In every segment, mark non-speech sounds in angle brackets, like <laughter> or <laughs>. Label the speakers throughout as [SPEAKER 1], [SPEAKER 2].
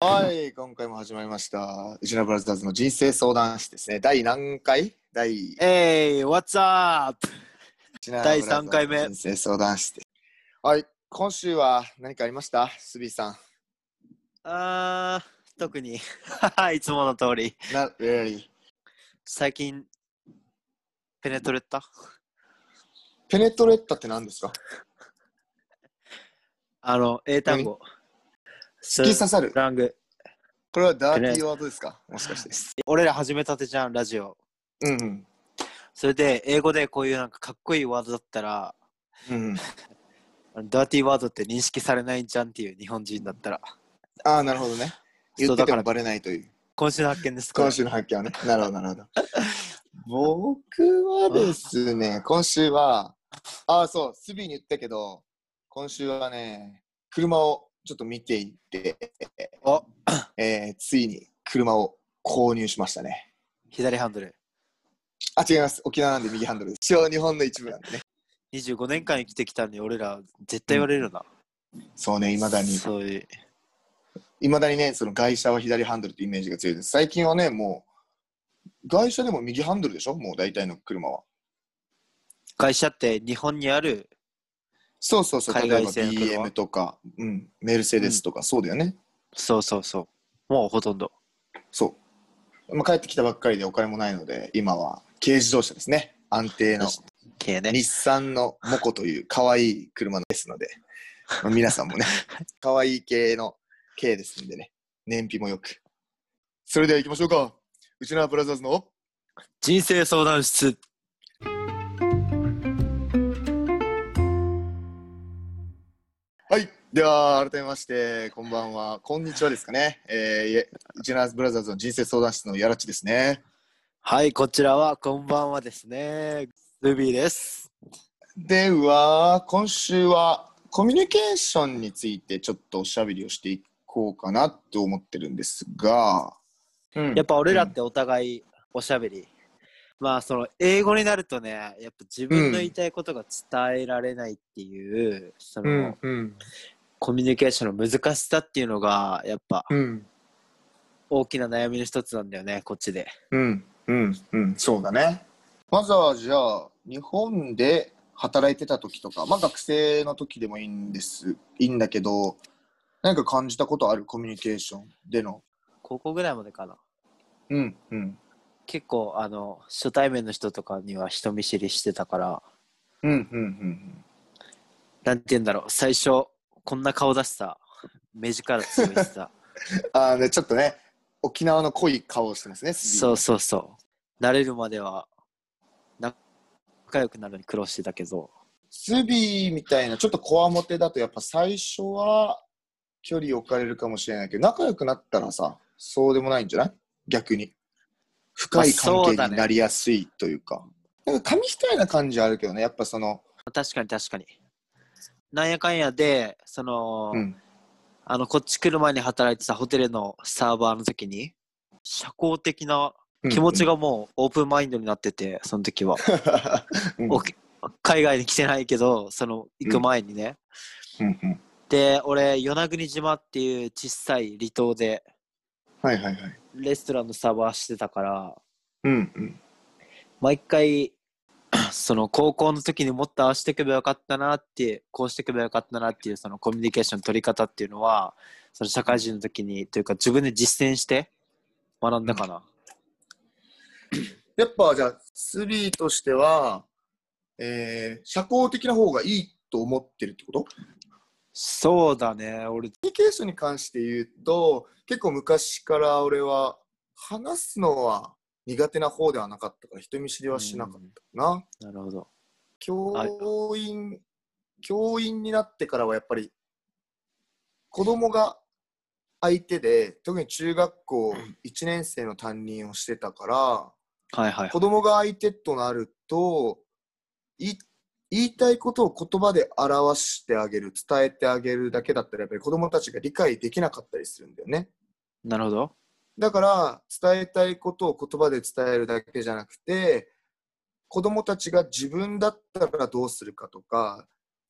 [SPEAKER 1] はい、今回も始まりました。石原ブラザーズの人生相談室ですね。第何回第
[SPEAKER 2] えい、What's up?
[SPEAKER 1] 石原
[SPEAKER 2] 第
[SPEAKER 1] ブラザーズ
[SPEAKER 2] 三回目
[SPEAKER 1] 人生相談室です。はい、今週は何かありましたスビーさ
[SPEAKER 2] あー、特に、は <laughs> はいつもの通り。
[SPEAKER 1] ん。Not really.
[SPEAKER 2] 最近、ペネトレった
[SPEAKER 1] ペネトレッタって何ですか
[SPEAKER 2] あの、英単語。
[SPEAKER 1] 突
[SPEAKER 2] 突
[SPEAKER 1] き刺さる。
[SPEAKER 2] ラング。
[SPEAKER 1] これはダーティーワードですかもしかして。
[SPEAKER 2] 俺ら始めたてじゃん、ラジオ。
[SPEAKER 1] うんうん。
[SPEAKER 2] それで、英語でこういうなんかかっこいいワードだったら、
[SPEAKER 1] うんうん、
[SPEAKER 2] あのダーティーワードって認識されないんじゃんっていう日本人だったら。
[SPEAKER 1] ああ、なるほどね。言
[SPEAKER 2] そ
[SPEAKER 1] っ
[SPEAKER 2] う
[SPEAKER 1] て
[SPEAKER 2] だ
[SPEAKER 1] て
[SPEAKER 2] か
[SPEAKER 1] も
[SPEAKER 2] ら、
[SPEAKER 1] バレないという。
[SPEAKER 2] 今週の発見です。これ
[SPEAKER 1] 今週の発見はね。なるほど、なるほど。僕はですね、今週は、ああ、そう、スビーに言ったけど、今週はね、車をちょっと見ていて、
[SPEAKER 2] お、
[SPEAKER 1] えーついに車を購入しましたね。
[SPEAKER 2] 左ハンドル。
[SPEAKER 1] あ、違います。沖縄なんで右ハンドルです。一応日本の一部なんでね。
[SPEAKER 2] 25年間生きてきたのに俺ら絶対言われるな。
[SPEAKER 1] そうね、いまだに。
[SPEAKER 2] そういう。
[SPEAKER 1] いまだにね、その外車は左ハンドルってイメージが強いです。最近はね、もう、外車でも右ハンドルでしょもう大体の車は。
[SPEAKER 2] 会社って日本にある
[SPEAKER 1] そうそうそう、
[SPEAKER 2] 海
[SPEAKER 1] 例え
[SPEAKER 2] 外
[SPEAKER 1] ば
[SPEAKER 2] 製の車
[SPEAKER 1] BM とか、うん、メルセデスとか、そうだよね。
[SPEAKER 2] そうそうそうもうほとんど
[SPEAKER 1] そう。まあ、帰ってきたばっかりでお金もないので、今は軽自動車ですね。安定の
[SPEAKER 2] 確系ね
[SPEAKER 1] 日産のモコという可愛い車ですので、まあ皆さんもね、可愛い系の軽ですんでね、燃費もよく。それでは行きましょうか。うちのブラザーズの
[SPEAKER 2] 人生相談室
[SPEAKER 1] はい。では、改めまして、こんばんは。こんにちはですかね。えーいえ、うちのブラザーズの人生相談室のやらちですね。
[SPEAKER 2] はいこちらはこんばんはですねルビーです
[SPEAKER 1] では今週はコミュニケーションについてちょっとおしゃべりをしていこうかなと思ってるんですが、うん
[SPEAKER 2] やっぱ俺らってお互いおしゃべり、まあその英語になるとねやっぱ自分の言いたいことが伝えられないっていう、その、
[SPEAKER 1] うんうん
[SPEAKER 2] コミュニケーションの難しさっていうのがやっぱ
[SPEAKER 1] うん
[SPEAKER 2] 大きな悩みの一つなんだよねこっちで
[SPEAKER 1] うんうんうんそうだねまずはじゃあ日本で働いてた時とかまあ学生の時でもいいんですいいんだけど何か感じたことあるコミュニケーションでの
[SPEAKER 2] 高校ぐらいまでかな
[SPEAKER 1] うんうん
[SPEAKER 2] 結構あの初対面の人とかには人見知りしてたから
[SPEAKER 1] うんうんうん
[SPEAKER 2] なんて言うんだろう最初こんな顔出しさ目力強いし
[SPEAKER 1] <laughs>
[SPEAKER 2] さ
[SPEAKER 1] ああねちょっとね沖縄の濃い顔をしてますねスビー
[SPEAKER 2] そうそうそう慣れるまではな仲良くなるのに苦労してたけど
[SPEAKER 1] スビーみたいなちょっとこわもてだとやっぱ最初は距離置かれるかもしれないけど仲良くなったらさそうでもないんじゃない逆に深い関係になりやすいというか、なんか紙一重な感じはあるけどねやっぱその
[SPEAKER 2] 確かに確かになんやかんやでその、
[SPEAKER 1] うん
[SPEAKER 2] あのこっち来る前に働いてたホテルのサーバーの時に社交的な気持ちがもうオープンマインドになってて、その時は、
[SPEAKER 1] <laughs> うん
[SPEAKER 2] お海外に来てないけどその行く前にね、
[SPEAKER 1] うんうん
[SPEAKER 2] で俺与那国島っていう小さい離島で
[SPEAKER 1] はいはいはい
[SPEAKER 2] レストランのサーバーしてたから
[SPEAKER 1] うんうん
[SPEAKER 2] 毎回 <clears throat> その高校の時にもっとああしてけばよかったなってこうしてけばよかったなっていうそのコミュニケーションの取り方っていうのはその社会人の時にというか自分で実践して学んだかな、
[SPEAKER 1] やっぱじゃあスビーとしては、えー社交的な方がいいと思ってるってこと
[SPEAKER 2] そうだね俺
[SPEAKER 1] コミュニケーションに関して言うと結構昔から俺は話すのは苦手な方ではなかったから人見知りはしなかったかな、
[SPEAKER 2] なるほど
[SPEAKER 1] 教員教員になってからはやっぱり子供が相手で特に中学校1年生の担任をしてたから
[SPEAKER 2] はいはい
[SPEAKER 1] 子供が相手となるとい言いたいことを言葉で表してあげる伝えてあげるだけだったらやっぱり子供たちが理解できなかったりするんだよね
[SPEAKER 2] なるほど
[SPEAKER 1] だから伝えたいことを言葉で伝えるだけじゃなくて子供たちが自分だったらどうするかとか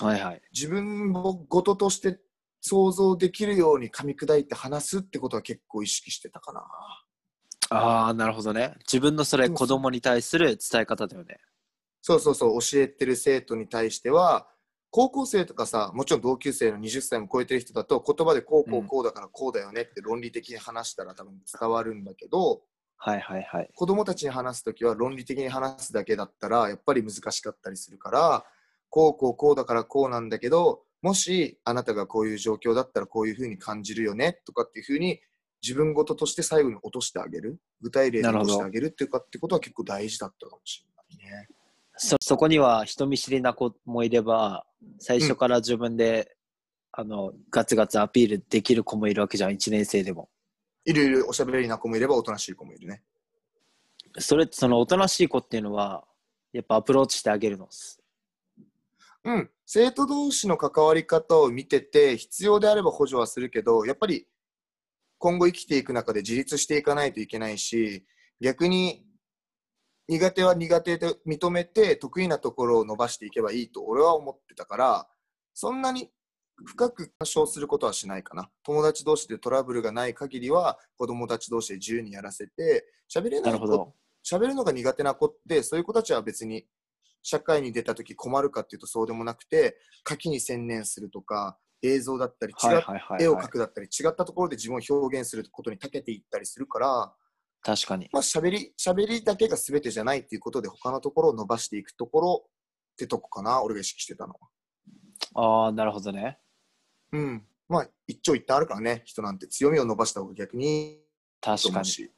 [SPEAKER 2] はいはい
[SPEAKER 1] 自分ごととして想像できるように噛み砕いて話すってことは結構意識してたかな。
[SPEAKER 2] ああ、なるほどね。自分のそれ
[SPEAKER 1] そうそう
[SPEAKER 2] 子供に対する伝え方だよね。
[SPEAKER 1] そうそうそう、教えてる生徒に対しては、高校生とかさ、もちろん同級生の20歳も超えてる人だと、言葉でこうこうこうだからこうだよねって論理的に話したら多分伝わるんだけど、
[SPEAKER 2] はいはいはい。
[SPEAKER 1] 子供たちに話すときは論理的に話すだけだったらやっぱり難しかったりするからこうこうこうだからこうなんだけどもしあなたがこういう状況だったらこういうふうに感じるよねとかっていうふうに自分事として最後に落としてあげる具体例に落としてあげるっていうかってことは結構大事だったかもしれないね。
[SPEAKER 2] そそこには人見知りな子もいれば、最初から自分で、あのガツガツアピールできる子もいるわけじゃん、1年生でも。
[SPEAKER 1] いるいるおしゃべりな子もいればおとなしい子もいるね。
[SPEAKER 2] それそのおとなしい子っていうのは、やっぱアプローチしてあげるの。
[SPEAKER 1] うん、生徒同士の関わり方を見てて必要であれば補助はするけどやっぱり今後生きていく中で自立していかないといけないし逆に苦手は苦手と認めて得意なところを伸ばしていけばいいと俺は思ってたからそんなに深く干渉することはしないかな友達同士でトラブルがない限りは子供たち同士で自由にやらせて喋れな
[SPEAKER 2] ないる
[SPEAKER 1] こ
[SPEAKER 2] ほ
[SPEAKER 1] と
[SPEAKER 2] ど。
[SPEAKER 1] 喋るのが苦手な子ってそういう子たちは別に社会に出た時困るかっていうとそうでもなくて書きに専念するとか映像だったり違
[SPEAKER 2] はい
[SPEAKER 1] っ
[SPEAKER 2] はいはい、
[SPEAKER 1] 絵を
[SPEAKER 2] は
[SPEAKER 1] 描
[SPEAKER 2] い。
[SPEAKER 1] くだったり違ったところで自分を表現することに長けていったりするから
[SPEAKER 2] 確かに。
[SPEAKER 1] まあ喋り喋りだけが全てじゃないっていうことで他のところを伸ばしていくところってとこかな俺が意識してたのは
[SPEAKER 2] ああ、なるほどね。
[SPEAKER 1] うんまあ一長一短あるからね人なんて強みを伸ばした方が逆にいいと
[SPEAKER 2] 確
[SPEAKER 1] 思
[SPEAKER 2] か
[SPEAKER 1] う
[SPEAKER 2] に。
[SPEAKER 1] し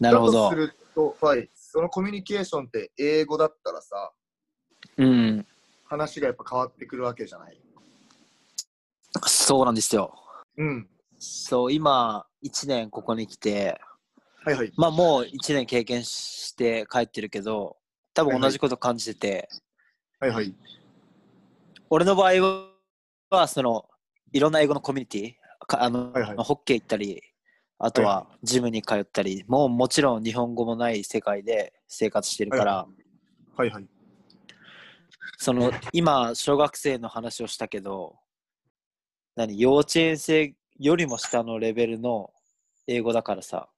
[SPEAKER 2] なるほ
[SPEAKER 1] だ
[SPEAKER 2] ど
[SPEAKER 1] とす。ると、はい、そのコミュニケーションって英語だったらさ
[SPEAKER 2] うん。
[SPEAKER 1] 話がやっぱ変わってくるわけじゃない。
[SPEAKER 2] そうなんですよ。
[SPEAKER 1] うん。
[SPEAKER 2] そう、今、1年ここに来て、
[SPEAKER 1] はいはい。
[SPEAKER 2] まあもう1年経験して帰ってるけど、多分同じこと感じてて、
[SPEAKER 1] はいはい。
[SPEAKER 2] 俺の場合は、その、いろんな英語のコミュニティ、かあの、
[SPEAKER 1] はいはい
[SPEAKER 2] ホッケー行ったり、あとはジムに通ったり、もうもちろん日本語もない世界で生活してるから、
[SPEAKER 1] はいはい。
[SPEAKER 2] その、今、小学生の話をしたけど、何、幼稚園生よりも下のレベルの英語だからさ、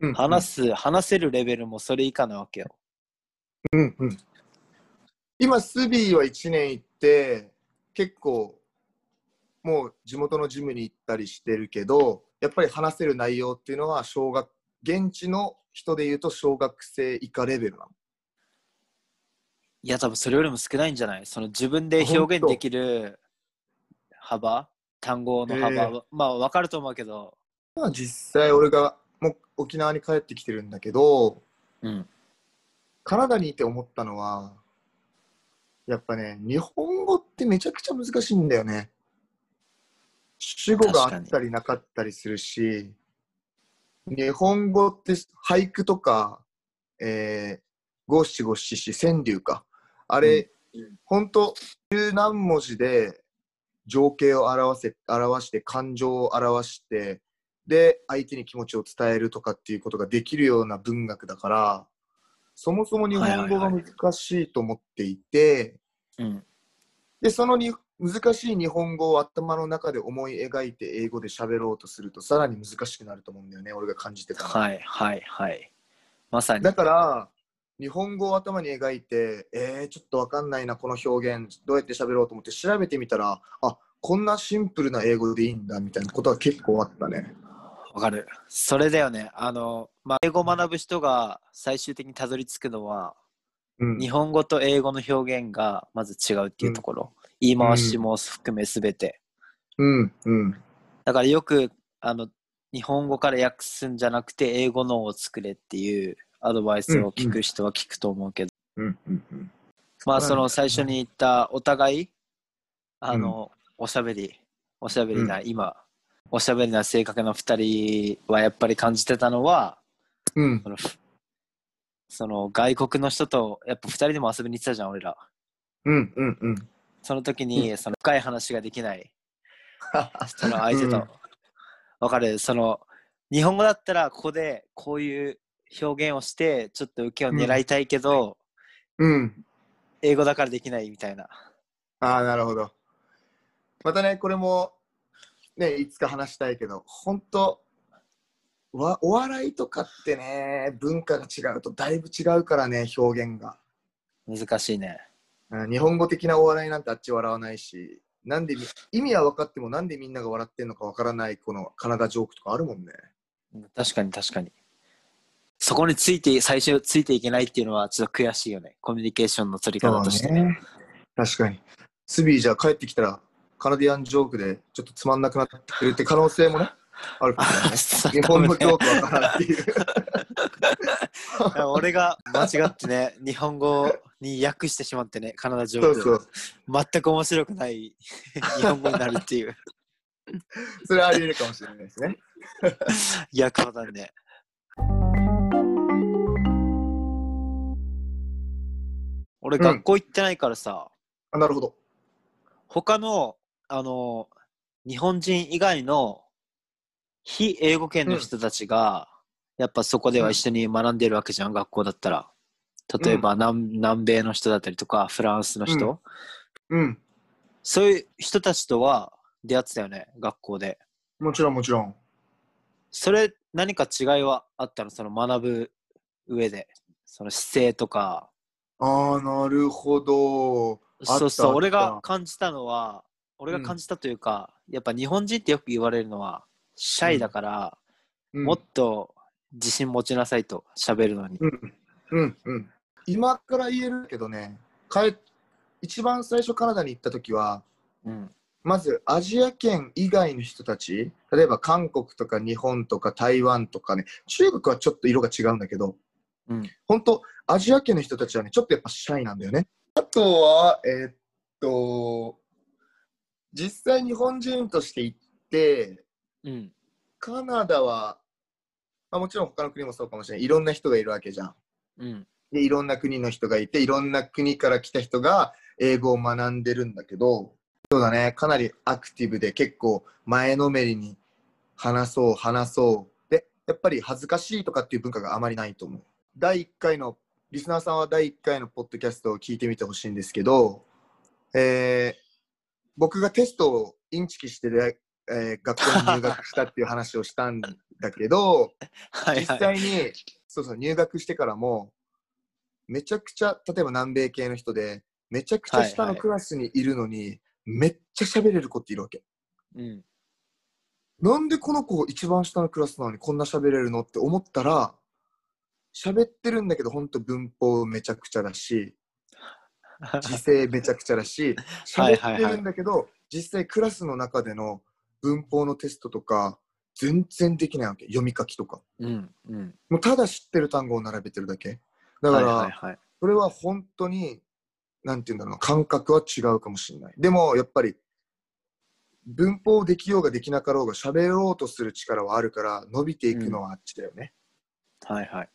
[SPEAKER 1] うん、
[SPEAKER 2] 話す、話せるレベルもそれ以下なわけよ。
[SPEAKER 1] うんうん。今、スビーは1年行って、結構、もう地元のジムに行ったりしてるけど、やっぱり話せる内容っていうのは、小学、現地の人で言うと小学生以下レベルなの。
[SPEAKER 2] いや、多分それよりも少ないんじゃないその自分で表現できる幅、単語の幅、
[SPEAKER 1] えー
[SPEAKER 2] まあ分かると思うけど、
[SPEAKER 1] まあ実際、俺がもう沖縄に帰ってきてるんだけど、
[SPEAKER 2] うん、
[SPEAKER 1] カナダにいて思ったのは、やっぱね、日本語ってめちゃくちゃ難しいんだよね。主語があったりなかったりするし、日本語って俳句とか、えー、五七五七七川柳か。あれ、ほんと、十何文字で情景を表せ、表して、感情を表して、で、相手に気持ちを伝えるとかっていうことができるような文学だから、そもそも日本語が難しいと思っていて、
[SPEAKER 2] うん。
[SPEAKER 1] で、そのに難しい日本語を頭の中で思い描いて英語で喋ろうとするとさらに難しくなると思うんだよね、俺が感じてたの
[SPEAKER 2] はいはいはい。まさに
[SPEAKER 1] だ。から、日本語を頭に描いて、えー、ちょっとわかんないな、この表現、どうやって喋ろうと思って調べてみたら、あこんなシンプルな英語でいいんだみたいなことは結構あったね。
[SPEAKER 2] わかる。それだよね。あの、まあ、英語を学ぶ人が最終的にたどり着くのは、
[SPEAKER 1] うん、
[SPEAKER 2] 日本語と英語の表現がまず違うっていうところ。言い回しも含め全て。
[SPEAKER 1] うん、うん、
[SPEAKER 2] だからよく、あの、日本語から訳すんじゃなくて、英語のを作れっていうアドバイスを聞く人は聞くと思うけど、
[SPEAKER 1] うん、うん、うん。
[SPEAKER 2] まあ、
[SPEAKER 1] そうなん
[SPEAKER 2] そ
[SPEAKER 1] だ
[SPEAKER 2] の最初に言った、お互い、あの、おしゃべり、おしゃべりな、
[SPEAKER 1] う
[SPEAKER 2] 今、おしゃべりな性格の二人はやっぱり感じてたのは、
[SPEAKER 1] うん
[SPEAKER 2] その、ふその外国の人と、やっぱ二人でも遊びに行ってたじゃん、俺ら。
[SPEAKER 1] うん、うん、うん。 <laughs>
[SPEAKER 2] その時に、その深い話ができない、その相手
[SPEAKER 1] う
[SPEAKER 2] と
[SPEAKER 1] ん。
[SPEAKER 2] わかるその、日本語だったら、ここでこういう表現をして、ちょっと受けを狙いたいけど、
[SPEAKER 1] うん。
[SPEAKER 2] 英語だからできないみたいな。
[SPEAKER 1] ああ、なるほど。またね、これもね、いつか話したいけど、本当わお笑いとかってね、文化が違うとだいぶ違うからね、表現が。
[SPEAKER 2] 難しいね。
[SPEAKER 1] うん日本語的なお笑いなんてあっち笑わないし、なんでみ意味は分かってもなんでみんなが笑ってんのか分からないこのカナダジョークとかあるもんね。
[SPEAKER 2] 確かに確かに。そこについて、最初ついていけないっていうのはちょっと悔しいよね。コミュニケーションの取り方としてね。
[SPEAKER 1] 確かに。スビーじゃあ帰ってきたらカナディアンジョークでちょっとつまんなくなってるって可能性もね、あるか
[SPEAKER 2] あ
[SPEAKER 1] らね。
[SPEAKER 2] そう
[SPEAKER 1] 日本のジョーク分からんっていう。
[SPEAKER 2] 俺が間違ってね、日本語に訳してしまってね、カナダジョ
[SPEAKER 1] そ
[SPEAKER 2] ー
[SPEAKER 1] う
[SPEAKER 2] ク。
[SPEAKER 1] そう。
[SPEAKER 2] 全く面白くない日本語になるっていう
[SPEAKER 1] それはあり得るかもしれないですね。
[SPEAKER 2] 役パターンで。俺、
[SPEAKER 1] うん
[SPEAKER 2] 学校行ってないからさ、
[SPEAKER 1] あなるほど。
[SPEAKER 2] 他の、あの、日本人以外の非英語圏の人たちが、やっぱそこでは一緒に学んでるわけじゃん、学校だったら。例えば南、南米の人だったりとか、フランスの人、
[SPEAKER 1] ううん。
[SPEAKER 2] そういう人たちとは出会ってたよね、学校で。
[SPEAKER 1] もちろんもちろん。
[SPEAKER 2] それ何か違いはあったのその学ぶ上でその姿勢とか
[SPEAKER 1] ああ、なるほど。あった
[SPEAKER 2] そうそう俺
[SPEAKER 1] あ
[SPEAKER 2] が
[SPEAKER 1] っ
[SPEAKER 2] 感じたのは俺が感じたというか、やっぱ日本人ってよく言われるのはシャイだから、
[SPEAKER 1] うん
[SPEAKER 2] もっと自信持ちなさいと喋るのに、
[SPEAKER 1] うん、うん、うん。今から言えるけどね、帰っ一番最初カナダに行った時は、
[SPEAKER 2] うん
[SPEAKER 1] まずアジア圏以外の人たち、例えば韓国とか日本とか台湾とかね、中国はちょっと色が違うんだけど、
[SPEAKER 2] うん
[SPEAKER 1] 本当アジア圏の人たちはね、ちょっとやっぱシャイなんだよね。あとは、えーっと、実際日本人として行って、
[SPEAKER 2] うん
[SPEAKER 1] カナダは、まあ、もちろん他の国もそうかもしれない。いろんな人がいるわけじゃん。
[SPEAKER 2] うん
[SPEAKER 1] でいろんな国の人がいていろんな国から来た人が英語を学んでるんだけどそうだねかなりアクティブで結構前のめりに話そう話そうでやっぱり恥ずかしいとかっていう文化があまりないと思う第1回のリスナーさんは第1回のポッドキャストを聞いてみてほしいんですけど、えー僕がテストをインチキしてる、えー学校に入学したっていう話をしたんだけど
[SPEAKER 2] はい
[SPEAKER 1] 実
[SPEAKER 2] は
[SPEAKER 1] 際
[SPEAKER 2] い
[SPEAKER 1] にそうそう入学してからもめちゃくちゃ例えば南米系の人でめちゃくちゃ下
[SPEAKER 2] は
[SPEAKER 1] の
[SPEAKER 2] いはい
[SPEAKER 1] クラスにいるのに、めっちゃ喋れる子っているわけ
[SPEAKER 2] うん
[SPEAKER 1] なんでこの子一番下のクラスなのにこんな喋れるのって思ったら喋ってるんだけどほんと文法めちゃくちゃだ
[SPEAKER 2] <laughs>
[SPEAKER 1] し時勢めちゃくちゃだし
[SPEAKER 2] はい
[SPEAKER 1] 喋
[SPEAKER 2] はい
[SPEAKER 1] ってるんだけど、実際クラスの中での文法のテストとか全然できないわけ読み書きとか
[SPEAKER 2] うんうん
[SPEAKER 1] もうただ知ってる単語を並べてるだけ。だから、
[SPEAKER 2] はいはいはい
[SPEAKER 1] それは本当に、なんて言うんだろうな、感覚は違うかもしれない。でも、やっぱり、文法できようができなかろうが、喋ろうとする力はあるから、伸びていくのはあっちだよね。
[SPEAKER 2] はいはい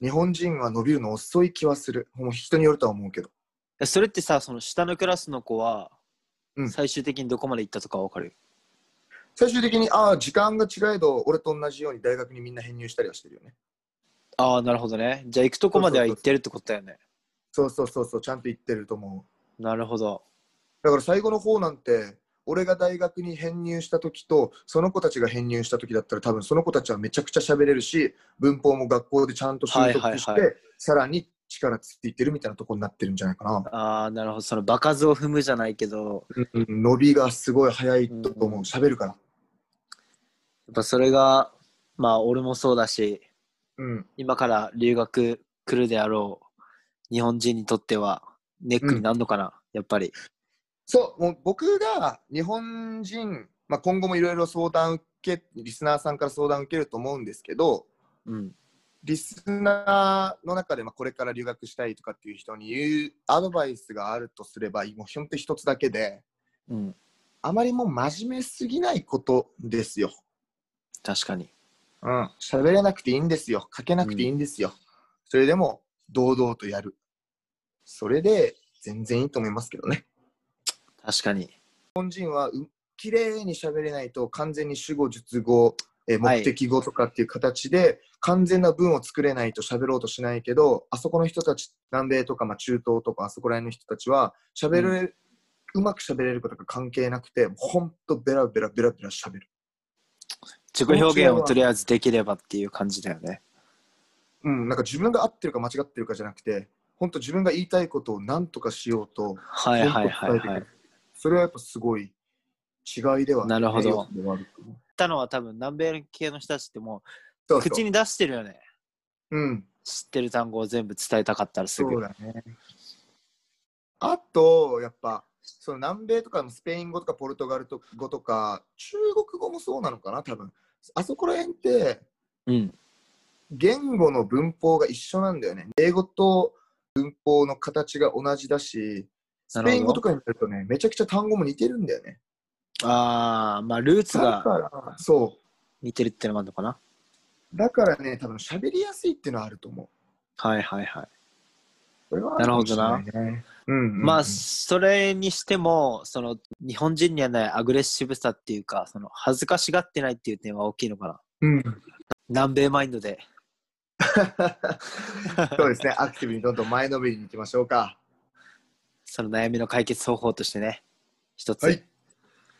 [SPEAKER 1] 日本人は伸びるの遅い気はする。もう人によるとは思うけど。
[SPEAKER 2] えそれってさその下のクラスの子は、
[SPEAKER 1] うん
[SPEAKER 2] 最終的にどこまで行ったとかわかる
[SPEAKER 1] 最終的に、ああ、時間が違えど、俺と同じように大学にみんな編入したりはしてるよね。
[SPEAKER 2] ああなるほどねじゃあ行くとこまでは行ってるってことだよね
[SPEAKER 1] そうそうそうそう、ちゃんと言ってると思う。
[SPEAKER 2] なるほど
[SPEAKER 1] だから最後の方なんて俺が大学に編入した時とその子たちが編入した時だったら多分その子たちはめちゃくちゃ喋れるし文法も学校でちゃんと習得して、
[SPEAKER 2] はいはいは
[SPEAKER 1] さらに力ついていってるみたいなとこになってるんじゃないかな、
[SPEAKER 2] ああ、なるほど。その場数を踏むじゃないけど、
[SPEAKER 1] うん伸びがすごい早いと思う
[SPEAKER 2] うん
[SPEAKER 1] 喋るから
[SPEAKER 2] やっぱそれが、まあ俺もそうだし、
[SPEAKER 1] うん
[SPEAKER 2] 今から留学来るであろう日本人にとってはネックになるのかな、やっぱり。
[SPEAKER 1] そうもう僕が日本人、まあ、今後もいろいろ相談受けリスナーさんから相談受けると思うんですけど
[SPEAKER 2] うん。
[SPEAKER 1] リスナーの中で、まあ、これから留学したいとかっていう人に言うアドバイスがあるとすれば、もう本当一つだけで、
[SPEAKER 2] うん。
[SPEAKER 1] あまりもう真面目すぎないことですよ。
[SPEAKER 2] 確かに。
[SPEAKER 1] うん。喋れなくていいんですよ。書けなくていいんですよ。それでも、堂々とやる。それで、全然いいと思いますけどね。
[SPEAKER 2] 確かに。
[SPEAKER 1] 日本人は、う綺麗に喋れないと、完全に主語、述語、えー
[SPEAKER 2] はい
[SPEAKER 1] 目的語とかっていう形で、完全な文を作れないと喋ろうとしないけど、あそこの人たち、南米とか、まあ、中東とか、あそこら辺の人たちは、喋れうまく喋れることが関係なくて、ほんとベラベラベラベラ喋る。
[SPEAKER 2] 自己表現をとりあえずできればっていう感じだよね。
[SPEAKER 1] うん、なんか自分が合ってるか間違ってるかじゃなくて、ほんと自分が言いたいことを何とかしようと、
[SPEAKER 2] はいはいはいはい。
[SPEAKER 1] それはやっぱすごい違いでは
[SPEAKER 2] なるほど
[SPEAKER 1] 栄養素ではあると思う
[SPEAKER 2] たのは多分南米系の人たちっても
[SPEAKER 1] そううそう
[SPEAKER 2] 口に出してるよね。
[SPEAKER 1] うん、
[SPEAKER 2] 知ってる単語を全部伝えたかったらす
[SPEAKER 1] そう
[SPEAKER 2] ぐ。
[SPEAKER 1] だね。あと、やっぱ、その南米とかのスペイン語とかポルトガル語とか、中国語もそうなのかな、多分あそこら辺って、
[SPEAKER 2] うん。
[SPEAKER 1] 言語の文法が一緒なんだよね。英語と文法の形が同じだし、スペイン語とかになるとね、めちゃくちゃ単語も似てるんだよね。
[SPEAKER 2] ああ、まあルーツ
[SPEAKER 1] だ
[SPEAKER 2] が
[SPEAKER 1] から、そ
[SPEAKER 2] 似てるってのもあるのかな。
[SPEAKER 1] う。だからね、多分喋りやすいっていうのはあると思う。
[SPEAKER 2] はいはいはい。
[SPEAKER 1] これはあるかもしれいね。うんうんうん
[SPEAKER 2] まあそれにしてもその日本人にはないアグレッシブさっていうかその恥ずかしがってないっていう点は大きいのかな
[SPEAKER 1] うん、
[SPEAKER 2] 南米マインド
[SPEAKER 1] <laughs>
[SPEAKER 2] で
[SPEAKER 1] そうですね、アクティブにどんどん前のめりに行きましょうか。
[SPEAKER 2] その悩みの解決方法としてね一つ、
[SPEAKER 1] はい。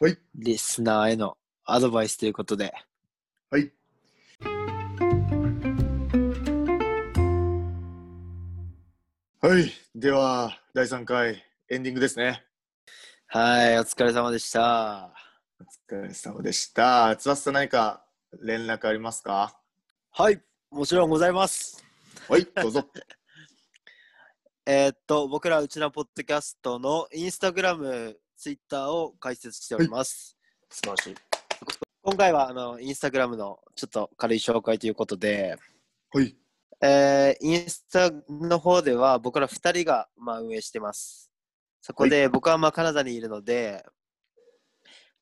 [SPEAKER 1] はい。
[SPEAKER 2] リスナーへのアドバイスということで
[SPEAKER 1] はい。はい。では、第3回エンディングですね。
[SPEAKER 2] はいお疲れ様でした
[SPEAKER 1] お疲れ様でした。つばさん何か連絡ありますか
[SPEAKER 2] はいもちろんございます
[SPEAKER 1] はい、どうぞ。
[SPEAKER 2] えーっと僕らうちのポッドキャストのインスタグラムツイッターを開設しております、
[SPEAKER 1] 素晴らしい。
[SPEAKER 2] 今回はあのインスタグラムのちょっと軽い紹介ということで
[SPEAKER 1] はい。
[SPEAKER 2] えーインスタの方では僕ら2人が、まあ、運営してます。そこで僕はまあカナダにいるので、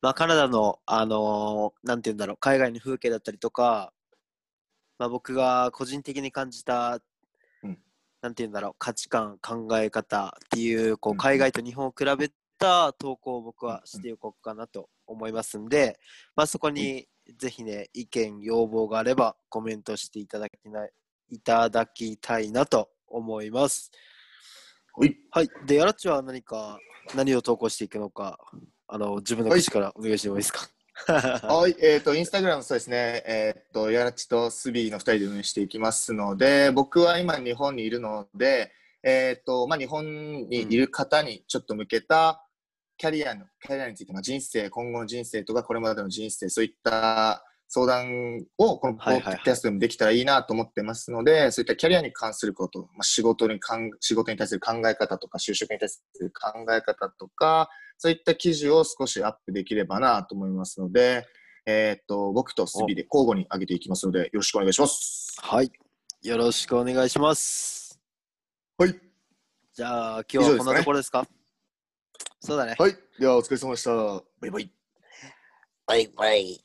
[SPEAKER 2] まあ、カナダの、あのーなんて言うんだろう、海外の風景だったりとか、まあ、僕が個人的に感じた、
[SPEAKER 1] うん
[SPEAKER 2] なんて言うんだろう、価値観、考え方っていう、こ
[SPEAKER 1] う
[SPEAKER 2] うん海外と日本を比べた投稿を僕はしていこうかなと思いますんで、まあ、そこにぜひね、意見、要望があればコメントしていただきないただきたいなと思います。
[SPEAKER 1] はい。
[SPEAKER 2] はい。で、やらっちは何か、何を投稿していくのか、あの、自分の
[SPEAKER 1] はい
[SPEAKER 2] 口からお願いしてもいいですか。
[SPEAKER 1] <laughs>
[SPEAKER 2] <laughs>
[SPEAKER 1] はい、えっ、と、インスタグラムそうですね、えっ、と、やらちとスビーの2人で運営していきますので、僕は今日本にいるので、えっ、と、まあ、日本にいる方にちょっと向けた、キャリアの、キャリアについて、まあ、人生、今後の人生とか、これまでの人生、そういった相談を、このポ
[SPEAKER 2] はいはいはい
[SPEAKER 1] ッドキャストでもできたらいいなと思ってますので、そういったキャリアに関すること、まあ、仕事にかん、仕事に対する考え方とか、就職に対する考え方とか、そういった記事を少しアップできればなと思いますので、えーっと、僕とスビで交互に上げていきますので、よろしくお願いします。
[SPEAKER 2] はい。よろしくお願いします。
[SPEAKER 1] はい。
[SPEAKER 2] じゃあ、今日はこんなところですかそうだね。
[SPEAKER 1] はい。では、お疲れ様でした。バイバイ。
[SPEAKER 2] バイバイ。